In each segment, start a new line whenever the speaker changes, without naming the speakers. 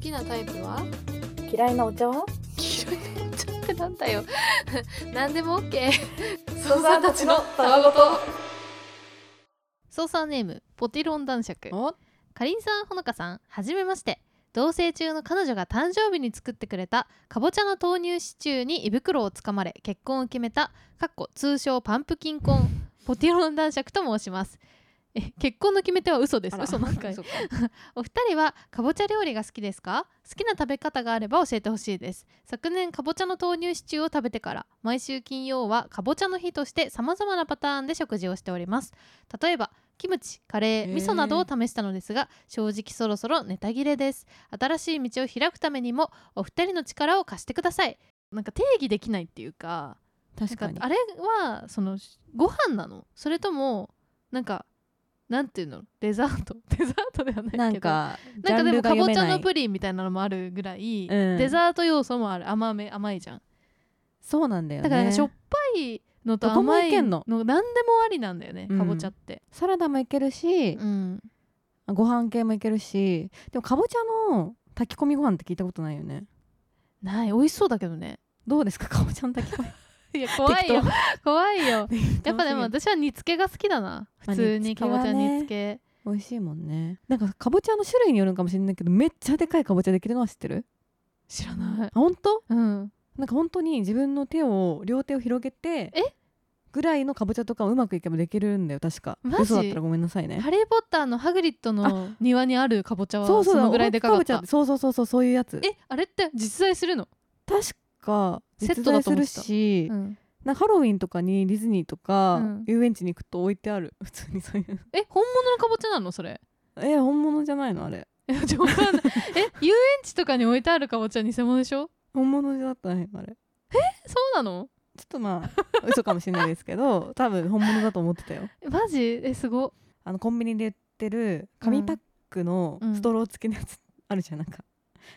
きなタイプは
嫌いなお茶は
黄色いのちゃってなんだよ何でも OK
父さんたちのたわごと
操作ネームポティロン男爵
お
かりんさんほのかさんはじめまして同棲中の彼女が誕生日に作ってくれたかぼちゃの豆乳シチューに胃袋をつかまれ結婚を決めたかっこ通称パンプキン婚ポティロン男爵と申しますえ結婚の決め手は嘘です嘘なんかいお二人はかぼちゃ料理が好きですか好きな食べ方があれば教えてほしいです昨年かぼちゃの豆乳シチューを食べてから毎週金曜はかぼちゃの日として様々なパターンで食事をしております例えばキムチカレー味噌などを試したのですが正直そろそろネタ切れです新しい道を開くためにもお二人の力を貸してくださいなんか定義できないっていうか
確か
なん
に
かあれはそのご飯なのそれともなんかなんていうのデザート デザートではないけど
なんかジ
な
ャ
んか
ン
で
ル
も
が
か
読
ぼ
め
ちゃ
な
の
い
プリンみたいなのもあるぐらい、
うん
デザート要素もある甘め甘いじゃん
そうなんだよ
だからなん
ね
かしょっぱいのと
どこも
甘
いけ
い
ん
の
の
何でもありなんだよね、
うん
かぼちゃって、
サラダもいけるし、
うん、
ご飯系もいけるしでもかぼちゃの炊き込みご飯って聞いたことないよね
ない美味しそうだけどね
どうですかかぼちゃの炊き込み
い や怖いよ怖いよ
適当
やっぱでも私は煮付けが好きだな
ま
普
あ
通に
煮付
か
け
ぼ
は
ち
ね
ゃ煮付け
美味しいもんねなんかかぼちゃの種類によるのかもしれないけどめっちゃでかいかぼちゃできるのは知ってる
知らない
あ本当
うん
なんか本当に自分の手を両手を広げて
え
ぐらいのかぼちゃとかをうまくいけばできるんだよ確か
マジ
嘘だったらごめんなさいね
ハリー・ポッターのハグリッドの庭にあるかぼちゃは
そうそう
そのぐらいでかかっ
大
た
きいぼちゃそうそうそうそうそういうやつ
えあれって実在するの、
確か
セ
実
ットだと
在す
思っ
る
てた
し、
うん、
なんかハロウィンとかにディズニーとか、
うん
遊園地に行くと置いてある普通にそういう
え本物のかぼちゃなのそれ
え本物じゃないのあれ
え冗談だえ遊園地とかに置いてあるかぼちゃ偽物でしょ
本物じゃったねあれ
えそうなの
ちょっとまあ 嘘かもしれないですけど多分本物だと思ってたよ
えマジえすご
あのコンビニで売ってる紙パックの
うん
ストロー付きのやつあるじゃんなんか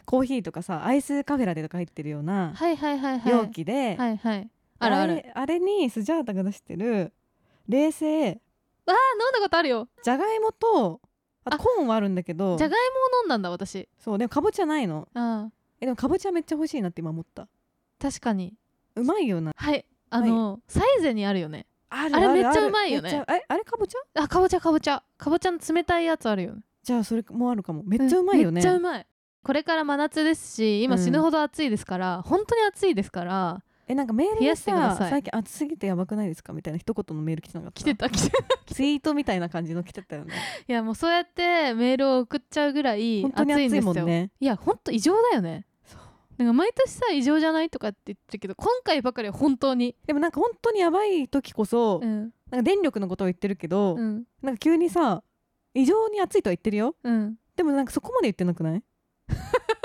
コーヒーとかさアイスカフェラテとか入ってるような
はいはいはいはい
容器で、
はいはいあるある
れあれにスジャータが出してる冷
あ
製
ー飲んだことあるよ
じゃがいもと
あ
あとコーンはあるんだけど
じゃがいもを飲んだんだ私
そうでもかぼちゃないの
あー
えでもかぼちゃめっちゃ欲しいなって今思った
確かに
うまいよな
はいあの、サイゼにあるよね
あ
あれめっちゃうまいよね
めっちゃえあれかぼちゃ
あかぼちゃかぼちゃかぼちゃの冷たいやつあるよね
じゃあそれもあるかもめっちゃうまいよ
んめ
ね
っちゃうまいこれから真夏ですし今
うん
死ぬほど暑いですから、本当に暑いですから
えなんかメール
冷や
で
してくだ
さ
さい
最近暑すぎてやばくないですかみたいな一言のメール来てなかった
来てた来てた
ツイートみたいな感じの来てたよね
いやもうそうやってメールを送っちゃうぐらい
本当に
暑いん
暑
で
い
す
も
よ
んね
いや本当異常だよねなんか毎年さ異常じゃないとかって言ってるけど今回ばかりは本当に
でもなんか本当にやばい時こそ、
うん
なんか電力のことを言ってるけど、
うん
なんか急にさ異常に暑いとは言ってるよ
うん
でもなんかそこまで言ってなくない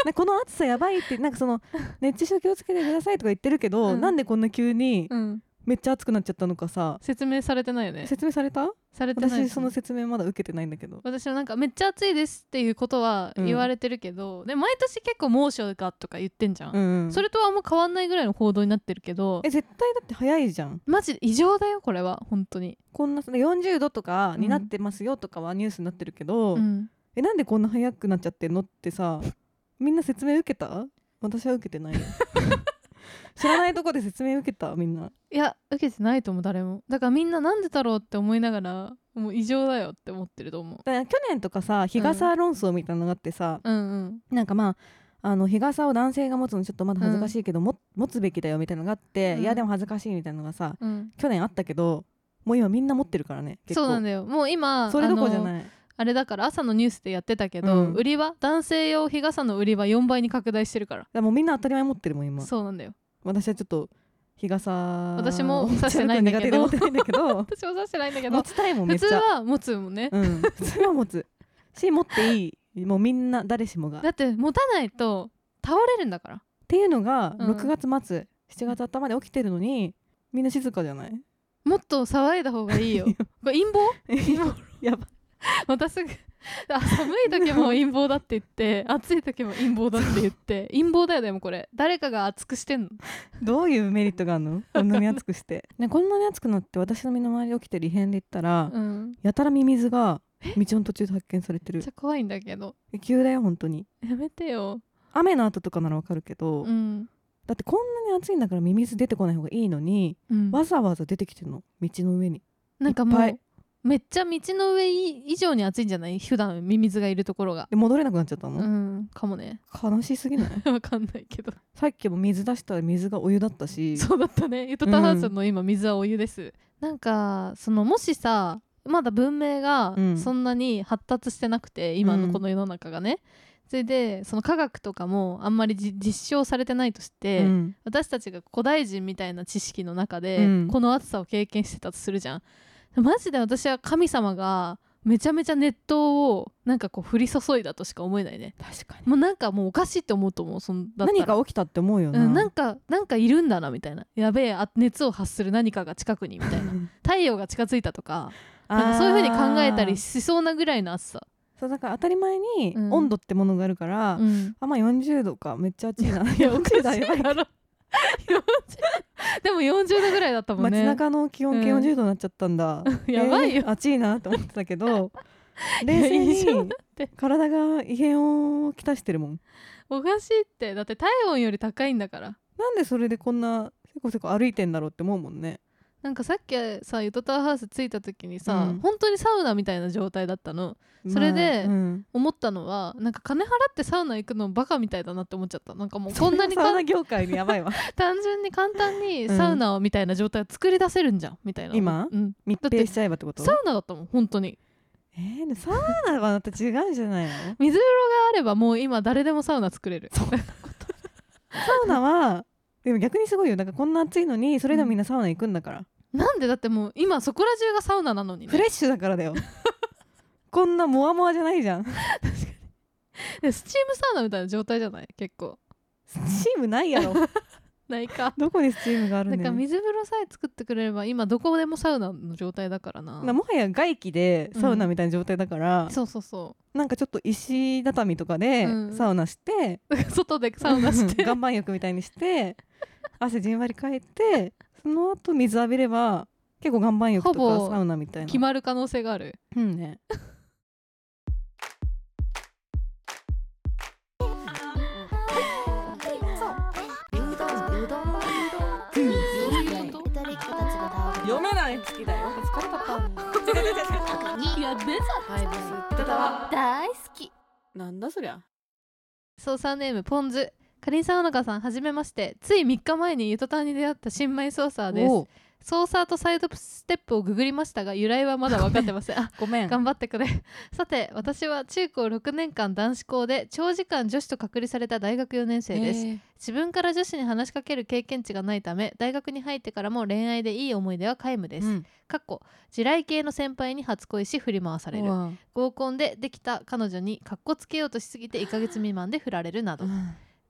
なんかこの暑さやばいってなんか その熱中症気をつけてくださいとか言ってるけど、
うん
なんでこんな急に
うん
めっちゃ暑くなっちゃったのかさ
説明されてないよね
説明された
されてない
私その説明まだ受けてないんだけど
私もなんかめっちゃ暑いですっていうことは言われてるけど、で毎年結構猛暑がとか言ってんじゃん、
うんうん
それとはあんま変わんないぐらいの報道になってるけど
え絶対だって早いじゃん
マジで異常だよこれは本当に、
こんな40度とかになってますよとかはニュースになってるけど、
うん
えなんでこんな早くなっちゃってんのってさみんな説明受けた私は受けて ないよ知らないとこで説明受けたみんない
や受けてないと思う誰もだからみんななんでだろうって思いながらもう異常だよって思ってると思
だから去年とかさ日傘論争みたいなのがあってさ、
ううんうん
なんかまああの日傘を男性が持つのちょっとまだ恥ずかしいけど、も持つべきだよみたいなのがあって、
うん
いやでも恥ずかしいみたいなのがさ
うん
去年あったけどもう今みんな持ってるからね結
そ
構
うなんだよもう今
それどころじ
あ
ゃ
の
ない
あれだから朝のニュースでやってたけど、
うん
売り場男性用日傘の売り場4倍に拡大してるから、
でもうみんな当たり前持ってるもん今
そうなんだよ
私はちょっと日傘
私も差してないんだけど
持ってないんだけど
私もさ してないんだけど
持ちたいもんめ
普
っち
通
ゃ
は持つもんね、
うん普通は持つし持っていいもうみんな誰しもがっ
だって持たないと倒れるんだから
ていうのが
うん
6月末、7月頭で起きてるのにみんな静かじゃない
もっと騒いだ方がいいよ これ陰謀
やば
またすぐ あ寒い時も陰謀だって言って暑い時も陰謀だって言 って陰謀だよでもこれ誰かが熱くしてんの
どういうメリットがある のこんなに暑くして、ね、こんなに暑くなって私の身の回りで起きてる異変で言ったら、
うん
やたらミミズが道の途中で発見されて
め
る
っちゃ怖いんだけど
急だよ本当に
やめてよ
雨の後とかならわかるけど、
うん
だってこんなに暑いんだからミミズ出てこない方がいいのに、
うん、
わざわざ出てきてるの道の上に
なんかも
いっぱ
う
い
めっちゃ道の上以上に暑いんじゃない普段ミミズがいるところが
で戻れなくなっちゃったの、
うんかもね
悲しすぎない
わかんないけど
さっきも水出したら水がお湯だったし
そうだったねゆとたハウスの今水はお湯です、なんかそのもしさまだ文明が
うん
そんなに発達してなくて、今のこの世の中がねそれでその科学とかもあんまりじ実証されてないとして、
うん
私たちが古代人みたいな知識の中で、
うん
この暑さを経験してたとするじゃんマジで私は神様がめちゃめちゃ熱湯をなんかこう降り注いだとしか思えないね
確かに
もうなんかもうおかしいって思うと思うそんだったら
何か起きたって思うよな、
うん、なんかなんかいるんだなみたいなやべえあ熱を発する何かが近くにみたいな太陽が近づいたとか
あー
なんかそういうふうに考えたりしそうなぐらいの暑さ、
そうなんか当たり前に
うん
温度ってものがあるから、
うん、
あまあ40度かめっちゃ暑いな
いやおかしい
40度
だ
はやばい
ろ40でも40度ぐらいだったもんね
街中の気温計
うん
40度になっちゃったんだ、
やばいよ
えー暑いなと思ってた けど冷静
いや異常
に
だって
体が異変をきたしてるもん
おかしいってだって体温より高いんだから
なんでそれでこんなせこせこ歩いてんだろうって思うもんね
なんかさっきさゆとたわハウス着いた時にさ、
うん
本当にサウナみたいな状態だったのそれで
まあうん
思ったのはなんか金払ってサウナ行くのバカみたいだなって思っちゃったなんかもうこ
こ
ん
ん
な
な
に
に
簡
サウナ業界にや ばいわ
単純に簡単に
うん
サウナみたいな状態を作り出せるんじゃんみたいな
今
うん、
密閉しちゃえばってこと
サウナだったもん本当に
えー、でもサウナはまた違うんじゃないの
水風呂があればもう今誰でもサウナ作れる
サウナはでも逆にすごいよなんかこんな暑いのにそれでもみんなサウナ行くんだから、
なんでだってもう今そこら中がサウナなのに、
フ
ね、
レッシュだから だよこんなモワモワじゃないじゃん
でスチームサウナみたいな状態じゃない結構
スチームない やろ
ないか
どこにスチームがある
なん
ね
か水風呂さえ作ってくれれば今どこでもサウナの状態だからな
なもはや外気でサウナみたいな状態だから、
そうそうそ
なんかちょっと石畳とかで
うん
サウナして、
う 外でサウナして
岩盤浴みたいにして汗じんわりかいてその後水浴びれば結構岩盤浴と
ほぼ
かサウナみたいな
決まる可能性がある
うんね
読めない好きだよ疲れた
大好き
なんだそりゃ
操作ネームポンズかりんさんおのかさんはじめましてつい3日前にゆとたんに出会った新米操作です
おう
ソーサーとサイドステップをググりましたが由来はまだ分かってま せんあ
ごめん
頑張ってくれ さて私は中高6年間男子校で長時間女子と隔離された大学4年生です、自分から女子に話しかける経験値がないため大学に入ってからも恋愛でいい思い出は皆無です、
うん
かっこ地雷系の先輩に初恋し振り回され
う
る
わ
合コンでできた彼女にかっこつけようとしすぎて1ヶ月未満で振られるなど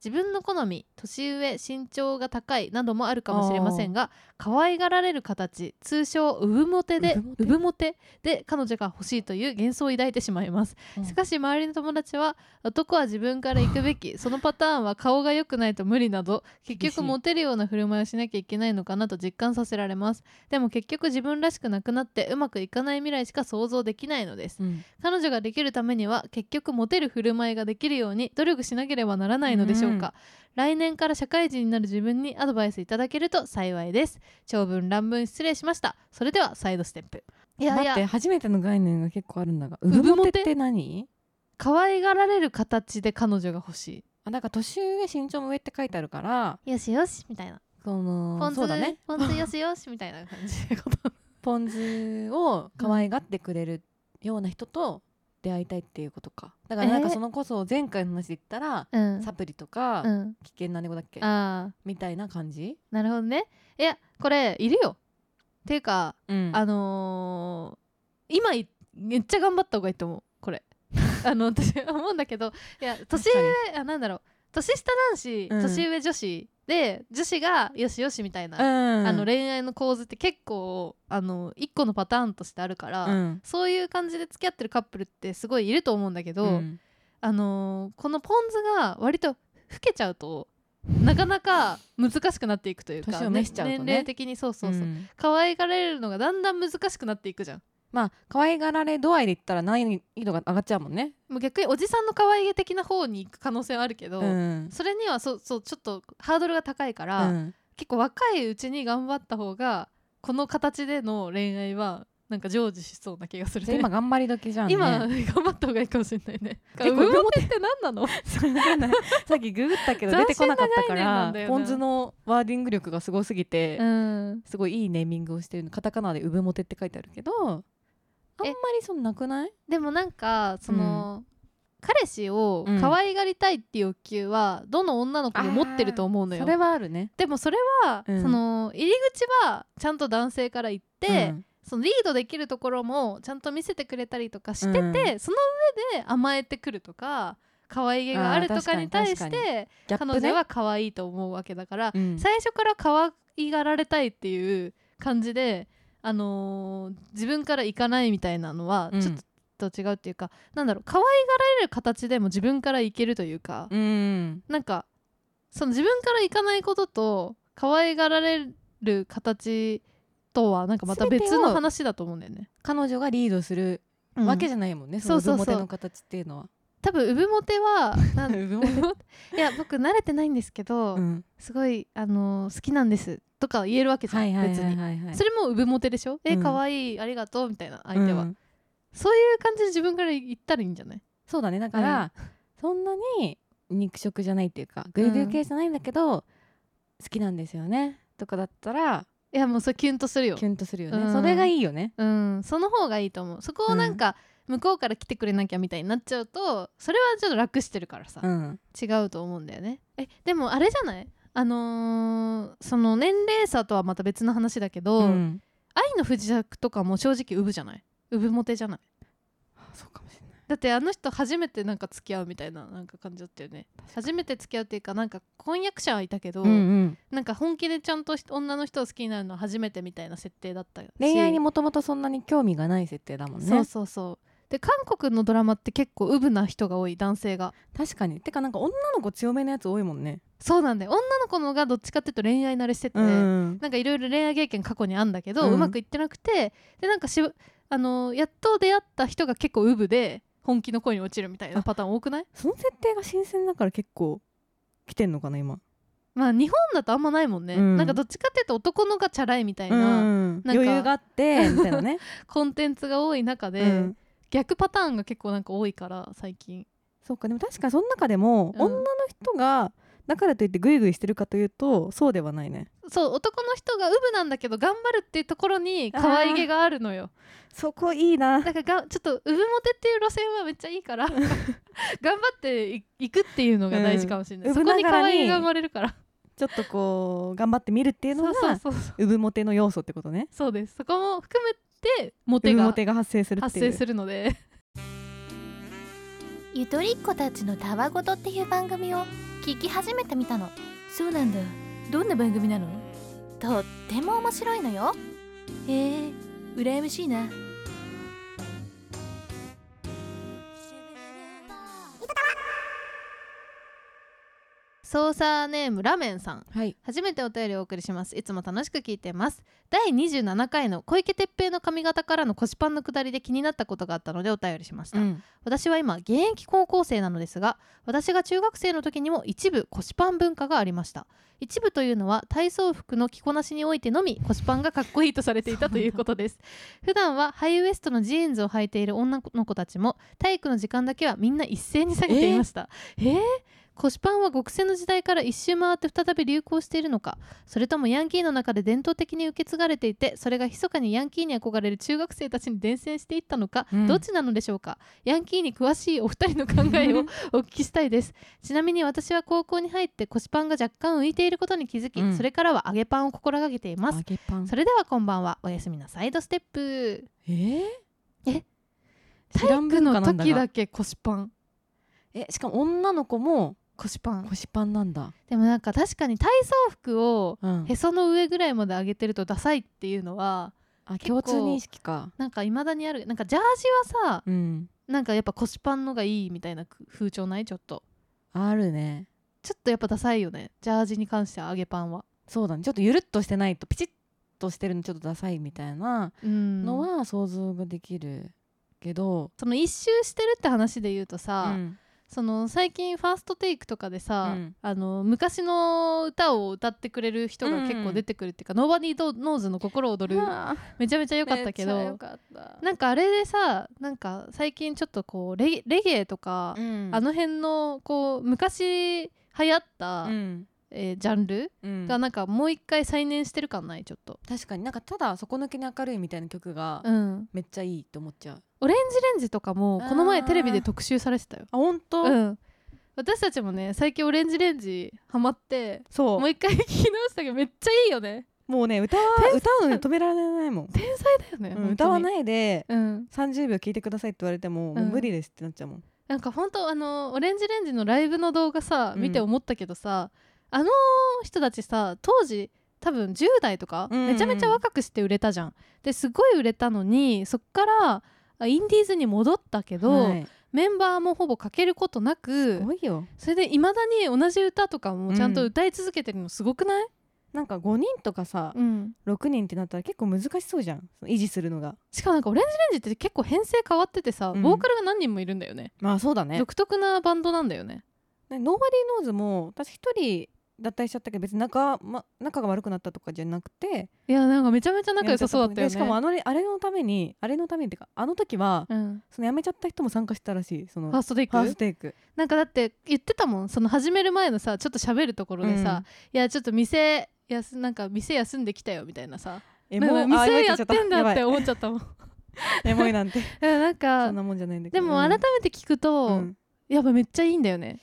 自分の好み年上身長が高いなどもあるかもしれませんが可愛がられる形通称産モテで
産
産モテで彼女が欲しいという幻想を抱いてしまいます、
うん
しかし周りの友達は男は自分から行くべきそのパターンは顔が良くないと無理など結
厳しい
局モテるような振る舞いをしなきゃいけないのかなと実感させられますでも結局自分らしくなくなってうまくいかない未来しか想像できないのです
うん
彼女ができるためには結局モテる振る舞いができるように努力しなければならないのでしょうか、来年から社会人になる自分にアドバイスいただけると幸いです長文乱文失礼しましたそれではサイドステップいやい
待って
や
初めての概念が結構あるんだが
ぶもて
産モテって何
可愛がられる形で彼女が欲し
あなんか年上身長も上って書いてあるから
いよしよしみたいな
その
ポン酢、
そうだね
ポン酢よしよしみたいな感じのこと
ポン酢を可愛がってくれるような人と出会いたいっていうことかだからなんか
え
そのこそ前回の話で言ったら、
うん
サプリとか、
うん
危険な猫だっけ
ああ
みたいな感じ、
なるほどねいやこれいるよっていうか
うん
あのー今いめっちゃ頑張った方がいいと思うこれ あの私思うんだけどいや年
確
上あなんだろう年下男子、
うん
年上女子で女子がよしよしみたいな、あ
あ
の恋愛の構図って結構あの一個のパターンとしてあるから、
うん
そういう感じで付き合ってるカップルってすごいいると思うんだけど、
うん
あのーこのポン酢が割と老けちゃうとなかなか難しくなっていくというか
年を召しちゃうとね
年齢的にそうそうそう、
ん
可愛がられるのがだんだん難しくなっていくじゃん
まあ可愛がられ度合いで言ったら難易度が上がっちゃうもんね。
もう逆におじさんの可愛げ的な方に行く可能性はあるけど、
うん
それにはそうそうちょっとハードルが高いから、
うん
結構若いうちに頑張った方がこの形での恋愛はなんか成就しそうな気がする
じゃあ
ね
今頑張り時じゃん、ね、
今頑張った方がいいかもしれないね
結構
産モテって何なの
そうわかんない さっきググったけど出てこなかったか
斬新な概念な
ら
んだよな
ポン酢のワーディング力がすごすぎて、
うん
すごいいいネーミングをしてるのカタカナで「ウブモテ」って書いてあるけどあんまりそんななくない
でもなんかその、彼氏を
うん
可愛がりたいっていう欲求はどの女の子も持ってると思うのよ
それはあるね。
でもそれは、
うん
その入り口はちゃんと男性から言って、そのリードできるところもちゃんと見せてくれたりとかしてて、そ
うん
の上で甘えてくるとか可愛げがあるとかに対
あー
し
確か
て
ギャップ
彼
ね
女は可愛いと思うわけだから、
うん
最初から可愛がられたいっていう感じで、あのー自分から行かないみたいなのは
うん
ちょっと違うっていうか、なんだろう可愛がられる形でも自分から行けるというか、
うん
なんかその自分から行かないことと可愛がられる形とはなんかまた
全てを
別の話だと思うんだよね。
彼女がリードするわけじゃないもんね、その
そうそうそう
ウブモテの形っていうの は。
多分産モテはなん
産モ
産モテいや僕慣れてないんですけど、
うん
すごい、あのー好きなんですとか言えるわけじゃん、
はいはいはい
別に。
はいはい。
それも産モテでしょ、え
うん
可愛いありがとうみたいな相手は、
うん
そういう感じで自分から言ったらいいんじゃない
そうだねだから、そんなに肉食じゃないっていうかグイグイ系じゃないんだけど、好きなんですよねとかだったら
いやもうそれキュンとするよ
キュンとするよね、
うん
それがいいよね。
うんその方がいいと思うそこをなんか、向こうから来てくれなきゃみたいになっちゃうとそれはちょっと楽してるからさ、
うん、
違うと思うんだよねえでもあれじゃないあのーその年齢差とはまた別の話だけど、
うん
愛の不時着とかも正直ウブじゃないウブモテじゃない
あそうかもしれない。
だってあの人初めてなんか付き合うみたいななんか感じだったよね初めて付き合うっていうかなんか婚約者はいたけど、
うんうん、
なんか本気でちゃんと女の人を好きになるのは初めてみたいな設定だったし
恋愛にもともとそんなに興味がない設定だもんね。
そうそうそうで韓国のドラマって結構ウブな人が多い男性が
確かにてかなんか女の子強めのやつ多いもんね。
そうなんだよ女の子のがどっちかっていうと恋愛慣れしてて、
うん
なんかいろいろ恋愛経験過去にあんだけど、
う
うんまくいってなくてでなんかしあのやっと出会った人が結構ウブで本気の恋に落ちるみたいなパターン多くない
その設定が新鮮だから結構来てんのかな今
まあ日本だとあんまないもんね、
うん
なんかどっちかっていうと男のがチャラいみたい
うん
な
うん
なんか
余裕があってみたいな ね、
コンテンツが多い中で、
うん
逆パターンが結構なんか多いから最近
そうかでも確かにその中でも、
うん
女の人がだからといってグイグイしてるかというとそうではないね
そう男の人がウブなんだけど頑張るっていうところに可愛げがあるのよ
そこいいな
だからがちょっとウブモテっていう路線はめっちゃいいから 頑張っていいくっていうのが大事かもしれない、
うん
そこに
ウブなが
可
らに
愛げが生まれるから
ちょっとこう頑張ってみるっていうの
そうそう
が
そうそう
うぶモテの要素ってことね
そうですそこも含めてモ
う
テ
ぶ
が
モテが発生するっ
発
てい
生
う
するので
ゆとりっ子たちのたわごとっていう番組を聞き始めてみたのそうなんだどんな番組なのとっても面白いのよへえ羨ましいな
操作ネームラメンさん
はい。
初めてお便りをお送りしますいつも楽しく聞いてます第27回の小池徹平の髪型からの腰パンの下りで気になったことがあったのでお便りしました、
ん、
私は今現役高校生なのですが私が中学生の時にも一部腰パン文化がありました一部というのは体操服の着こなしにおいてのみ腰パンがかっこいいとされていたということです普段はハイウエストのジーンズを履いている女の子たちも体育の時間だけはみんな一斉に下げていましたえー腰パンは極戦の時代から一周回って再び流行しているのかそれともヤンキーの中で伝統的に受け継がれていてそれが密かにヤンキーに憧れる中学生たちに伝染していったのか、
うん
どっちなのでしょうかヤンキーに詳しいお二人の考え をお聞きしたいですちなみに私は高校に入って腰パンが若干浮いていることに気づき、
うん
それからは揚げパンを心がけています
揚げパン
そ。れではこんばんはおやすみなサイドステップ
えー、
え
知らん文化なんだ
時
が
だけ腰パン
えしかも女の子も
腰パン
腰パンなんだ。
でもなんか確かに体操服を
うん
へその上ぐらいまで上げてるとダサいっていうのは
あ
結構
共通認識か。
なんか未だにあるなんかジャージはさ
うん。
なんかやっぱ腰パンのがいいみたいな風潮ないちょっと
あるね。
ちょっとやっぱダサいよねジャージに関しては揚げパンは
そうだね。ちょっとゆるっとしてないとピチッとしてるのちょっとダサいみたいな
うん
のは想像ができるけど、
その一周してるって話で言うとさ、
うん
その最近ファーストテイクとかでさ、
うん
あの昔の歌を歌ってくれる人が結構出てくるっていうか、ノーバディーノーズの心躍る、めちゃめちゃ良かったけ
めちゃ良
ど
かった
なんかあれでさなんか最近ちょっとこうレゲレゲエとか、
うん
あの辺のこう昔流行った、
うん
えージャンル
うん
がなんかもう一回再燃してる感ないちょっと、
確かになんかただ底抜けに明るいみたいな曲が
うん、
めっちゃいいと思っちゃう。
オレンジレンジとかもこの前テレビで特集されてたよ
あ本当、
うん、私たちもね最近オレンジレンジハマって
そ
もう一回 聞き直したけどめっちゃいいよね
うもうね歌は歌うのに止められないもん、
天才だよね、
うん
本当に
歌わないで
うん、
30秒聴いてくださいって言われても、もう無理ですってなっちゃうもん
なんか本当あのオレンジレンジのライブの動画さ
うん
見て思ったけどさ、あの人たちさ当時多分10代とか、
うんうん
めちゃめちゃ若くして売れたじゃんですごい売れたのにそっからあインディーズに戻ったけど、
はい
メンバーもほぼ欠けることなく
すごいよ
それでいまだに同じ歌とかもちゃんと歌い続けてるのすごくない、
なんか5人とかさ、
うん、
6人ってなったら結構難しそうじゃんその維持するのが
しかもなんかオレンジレンジって結構編成変わっててさ、
うん
ボーカルが何人もいるんだよね
まあそうだね
独特なバンドなんだよね
ねノーバディーノーズも私一人脱退しちゃったけど別に仲,、ま、仲が悪くなったとかじゃなくて
いやなんかめちゃめちゃ仲良さそうだったよね
でしかもあのあれのためにあれのためにっていうかあの時は、
うん、
その辞めちゃった人も参加してたらしいその
ファーストテイ
ファース
ク
トテイク
なんかだって言ってたもんその始める前のさちょっと喋るところでさ、いやちょっと店やすなんか店休んできたよみたいなさ
エ
なんか
あ
店
エモ
や
い
ってんだって
や
思っちゃったもん い
ばいエモいなん て
やなんか
そんなもんじゃないんだけ
で
ど
も改めて聞くと、
うんうん
やっぱめっちゃいいんだよね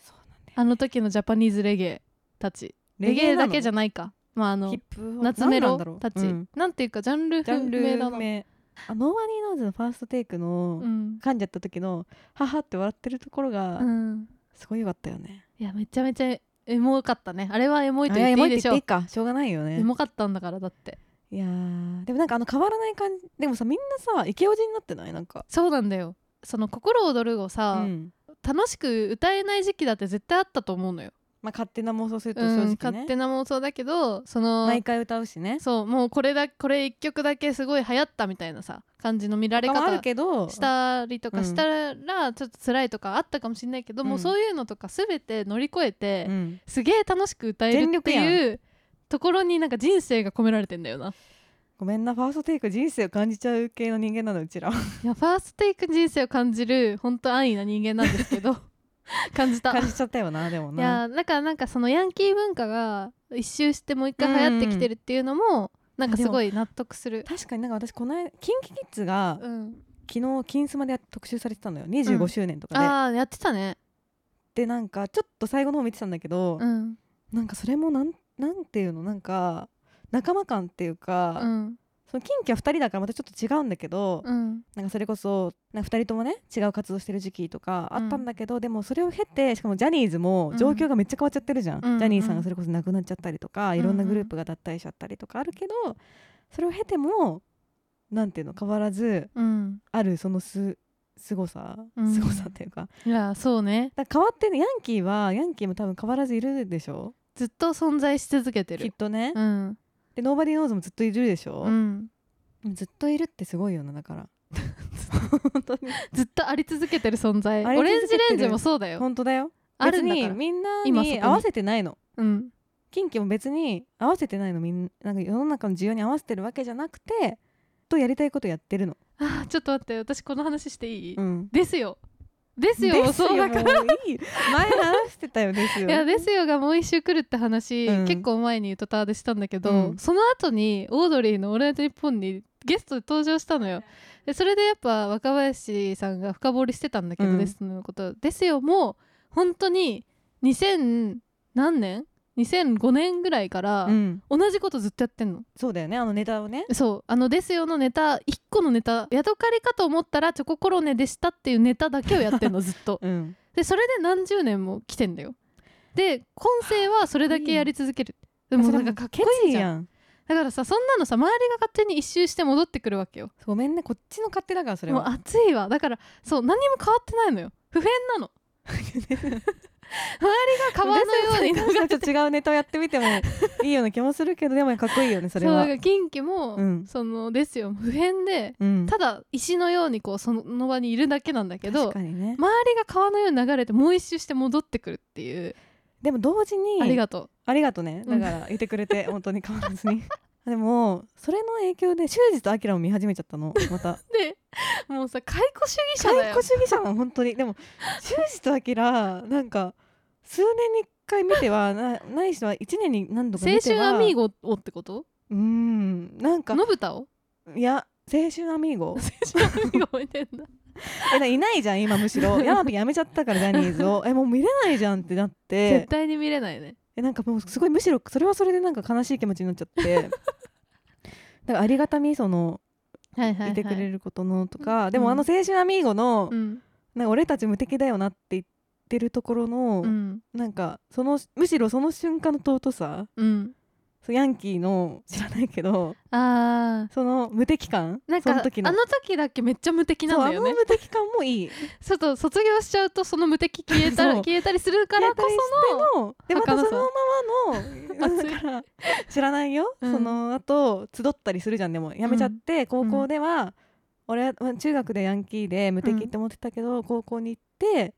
そうなんだよ
あの時のジャパニーズレゲエたちレゲエだけじゃ
な
ないかまああの
ヒップホ
夏メ
何な
ロ
んだろう
たち
う
なんていうかジャンル
ジャンル
名だ
不
な
明あノーバディーノーズのファーストテイクの、
うん
噛んじゃった時のハハって笑ってるところが
うん、
すごい良かったよね、
いやめちゃめちゃエモかったねあれはエモいと
あ
言
エ
って
モ
いいで
いって
し
言
ょ
って
う
いいかしょうがないよね
エモかったんだからだって
いやーでもなんかあの変わらない感じでもさみんなさイケオジになってないなんか、
そうなんだよその「心躍る」を
う
さ、
ん
楽しく歌えない時期だって絶対あったと思うのよ、
まあ、勝手な妄想すると
う
正直ね、
ん、勝手な妄想だけどその
毎回歌うしね
そうもうこれだこれ一曲だけすごい流行ったみたいなさ感じの見られ
他もある
方
けど
したりとかしたらちょっと辛いとかあったかもしれないけど、もううんそういうのとか全て乗り越えて、
うん
すげえ楽しく歌えるって
全
いうところになんか人生が込められてんだよな。
ごめんなファーストテイク人生を感じちゃう系の人間なのうちら
いやファーストテイク人生を感じる本当安易な人間なんです けど感じた。
感じちゃったよなでも
い
な
やだからなんかそのヤンキー文化が一周してもう一回流行ってきてるっていうのもなんかすごい納得する。
確かになんか私この間キンキキッズが
うん、
昨日金スマでや特集されてたのよ25周年とかで、
ああやってたね。
でなんかちょっと最後の方見てたんだけど、
うん
なんかそれもなんなんていうのなんか仲間感っていう
う
か、
ん
そのキンキは2人だからまたちょっと違うんだけど、
うん
なんかそれこそなんか2人ともね違う活動してる時期とかあったんだけど、でもそれを経てしかもジャニーズも状況がめっちゃ変わっちゃってるじゃん、
うん
ジャニーさんがそれこそ亡くなっちゃったりとか、いろんなグループが脱退しちゃったりとかあるけどそれを経てもなんていうの変わらず
うん。
あるそのす凄さ
うん
凄さっていうか,、
いやそうね
だから変わってねヤンキーはヤンキーも多分変わらずいるでしょ
ずっと存在し続けて
きっ
る。
とね、
うん
でノーバディーノーズもずっといるでしょ、
うん、
ずっといるってすごいよなだから本当に
ずっとあり続けてる存在
あり
オ
続
レ
け
ン
て
ジ
る
レンジもそうだよ。
本当だよ
ある
別
んだか
に
ら。
みんな
今そこに
に合わせてないの
うん
近畿も別に合わせてないのみんなんか世の中の需要に合わせてるわけじゃなくてとやりたいことやってるの、
あーちょっと待って私この話していい、
うん、
ですよですよ
ですよ
そうだから
もういい前話してたよですよ
いやですよがもう一周来るって話、
うん
結構前に「歌タワーでしたんだけど、
うん
その後にオードリーの「オールナイトニッポン」にゲストで登場したのよでそれでやっぱ若林さんが深掘りしてたんだけど、
うん
ですのことですよも本当に2000何年2005年ぐらいから
うん、
同じことずっとやってんの、
そうだよねあのネタをね
そうあの「ですよ」のネタ1個のネタ「宿かりかと思ったらチョココロネでした」っていうネタだけをやってんのずっと
うん
でそれで何十年も来てんだよで今世はそれだけやり続けるでもなんかかっこいいじゃん
ん
だからさそんなのさ周りが勝手に一周して戻ってくるわけよ
ごめんねこっちの勝手だからそれ
もう
は
熱いわだから そう何にも変わってないのよ不変なの周りが川のようまでいなかっ
なんかちょっと違うネタをやってみてもいいような気もするけどでもかっこいいよね
た
それ
そうだ
は
から近畿も、
うん
そのですよ普遍で
うん
ただ石のようにこうその場にいるだけなんだけど
確かにね
周りが川のように流れてもう一周して戻ってくるっていう、
でも同時に
ありがと
ありがとうね
う
だ
ん
からいてくれて本 当に変わらずにでもそれの影響で修二と明を見始めちゃったのま た
うでもうさ解雇主義者だ
解
よ
雇主義者も本当にでも修二と明なんか数年に一回見てはなないしは一年に何度か
青
見て
春
は
アミーゴをってこと
うんなんか
のぶ たを
いや青春アミーゴ
青春アミーゴ見てんだ
えだいないじゃん今む しろヤマピーやめちゃったからジャニーズをえもう見れないじゃんってなって
絶対に見れないね
えなんかもうすごいむしろそれはそれでなんか悲しい気持ちになっちゃって だからありがたみその
はいはい
てくれ
る、
ることのとか、でもあの青春アミーゴの、
うん
なんか俺たち無敵だよなって言ってるところの、
うん
なんかそのむしろその瞬間の尊さ
うん、
そうヤンキーの知らないけど
あー
その無敵感
なん
そ
か
の時の
あの時だけめっちゃ無敵なんだよ
そうあ
ね
の無敵感もいい
ちょっと卒業しちゃうとその無敵消えたら
そう
消えたりするからこその
のでまた
儚さ
そのままの
熱い
だから知らないよ、
うん
その後集ったりするじゃんでもやめちゃって、高校では、俺はまあ中学でヤンキーで無敵って思ってたけど、高校に行って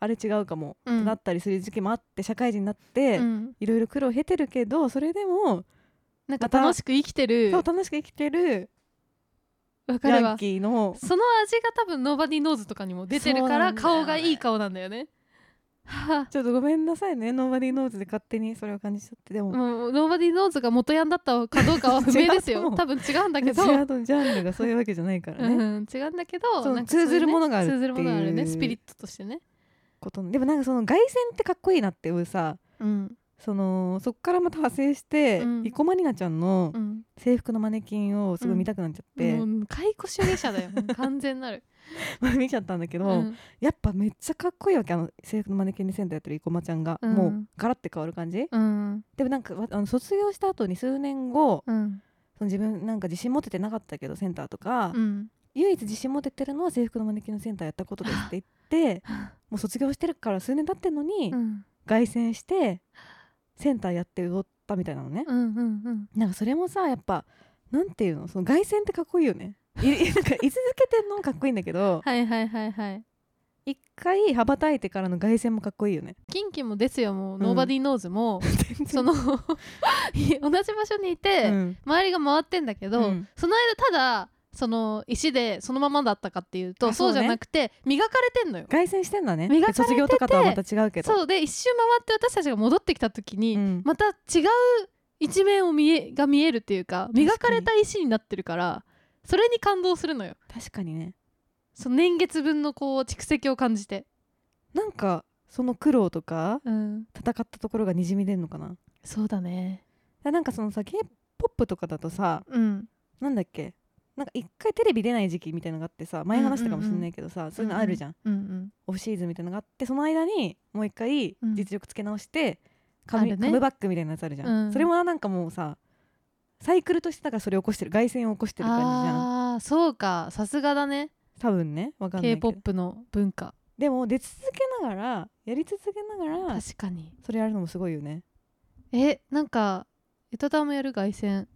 あれ違うかも、
うん
ってなったりする時期もあって社会人になって、
うん
いろいろ苦労を経てるけどそれでも、
なんか
また
楽しく生きてる
そう楽しく生きてる
わかる
ヤ
わ
ンキーの
その味が多分ノーバディノーズとかにも出てる
そう
か
な
ら
んだよ
顔がいい顔なんだよね。は
ちょっとごめんなさいねノーバディーノーズで勝手にそれを感じちゃってで
あ、
も、
もうノーバディノーズが元ヤンだったかどうかは不明です
違うと
よ。
思う
多分違うんだ
違
け
う
ど、
ジ
う
ャンルがそういうわけじゃないからね、
ん、違うんだけど、
そう
なんかそういうね
通ずるものがあるっていう
通ずるものがあるね、スピリットとしてね。
ことのでもなんかその凱旋ってかっこいいなっていうさ、
うん、
そのそっからまた派生して、
うん
生駒里奈ちゃんの
うん、
制服のマネキンをすごい見たくなっちゃって、
もう解雇主義者だよ。もう完全 なる。
見ちゃったんだけど、
うん
やっぱめっちゃかっこいいわけあの制服のマネキンでセンターやってる生駒ちゃんが、
うん
もうガラッて変わる感じ
うん、
でもなんかわあの卒業した後に数年後
うん、
その自分なんか自信持ててなかったけどセンターとか、
うん、
唯一自信持ててるのは制服のマネキンのセンターやったことですって言ってもう卒業してるから数年経ってんのに、
うん、
凱旋してセンターやって踊ったみたいなのね、
うん、うん、
なんかそれもさやっぱなんていうのその凱旋ってかっこいいよねい なんか居続けてんのもかっこいいんだけど
はいはいはいはい。
一回羽ばたいてからの凱旋もかっこいいよね
キンキンもですよもう、
ん
ノーバディノーズ もその 同じ場所にいて、
うん
周りが回ってんだけど、
うん
その間ただその石でそのままだったかっていうと
あ
そ
そううね
じゃなくて磨かれてんのよ。
凱旋してんだね
磨かれてて
卒業とかとはまた違うけど
そうで一周回って私たちが戻ってきた時に、
うん
また違う一面を見えが見えるっていうか
に
磨かれた石になってるからそれに感動するのよ。
確かにね
その年月分のこう蓄積を感じて、
なんかその苦労とか
うん、
戦ったところがにじみ出るのかな
そうだね。
なんかそのさ k p o p とかだとさ
うん、
なんだっけなんか一回テレビ出ない時期みたいのがあってさ前話したかもしれないけどさ、そういうのあるじゃん、
うんうん、
オフシーズンみたいなのがあってその間にもう一回
うん
実力つけ直して、カム
あるね
カムバックみたいなやつあるじゃ
う
ん、
ん
それもなんかもうさサイクルとしてだからそれを起こしてる凱旋を起こしてる感じじゃん
ああーそうかさすがだね
多分ねわかんな
k p
いけど
o p の文化
でも出続けながらやり続けながら
確かに
それやるのもすごい よね
えなんかゆとたわもやる凱旋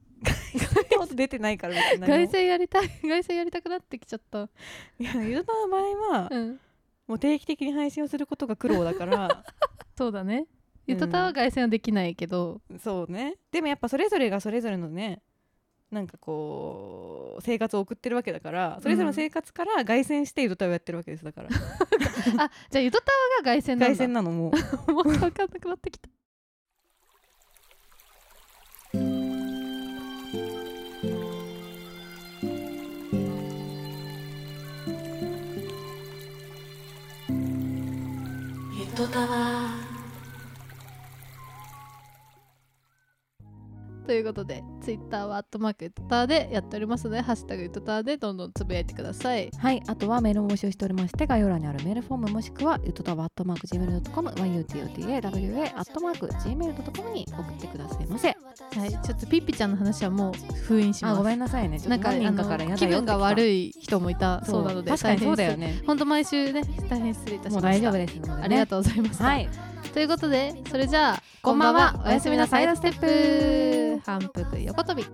音出てないから別に何も
凱旋やりたい 凱旋やりたくなってきちゃった
いやゆうたの場合は、
うん
もう定期的に配信をすることが苦労だから
そうだねゆとたわは凱旋はできないけど
そうねでもやっぱそれぞれがそれぞれのねなんかこう生活を送ってるわけだからそれぞれの生活から凱旋してゆとたをやってるわけですだから
あじゃあゆとたわが凱旋なん
凱
だ
旋なのもう
もう分かんなくなってきた
ゆとたわ
ということでツイッターはアットマークゆとたわでやっておりますので「ハッシュタグゆとたわ」でどんどんつぶやいてください
はい、あとはメールを募集しておりまして、概要欄にあるメールフォームもしくは、ゆとたわ .gmail.com、yutotawa.gmail.com に送ってくださいませ。
はいちょっとピッピちゃんの話はもう封印し
あ、
ま
ご
す
めんなさいね。ちょ
な
っ
ん
と
か
何人かか
あ
らや
の
だ
気
よって
分
来
が
た
悪い人もいたそうなので
確かにそうだよ
ね
ね。
本当毎週ね大変失礼いたしま
も
した
う大丈夫ですので、ね。
ありがとうございました、
はい。
ということでそれじゃあ
こんばんは
おやすみなさい
サイ
ス
ドス
テ
テ
ッ
ッ
プ反復横跳び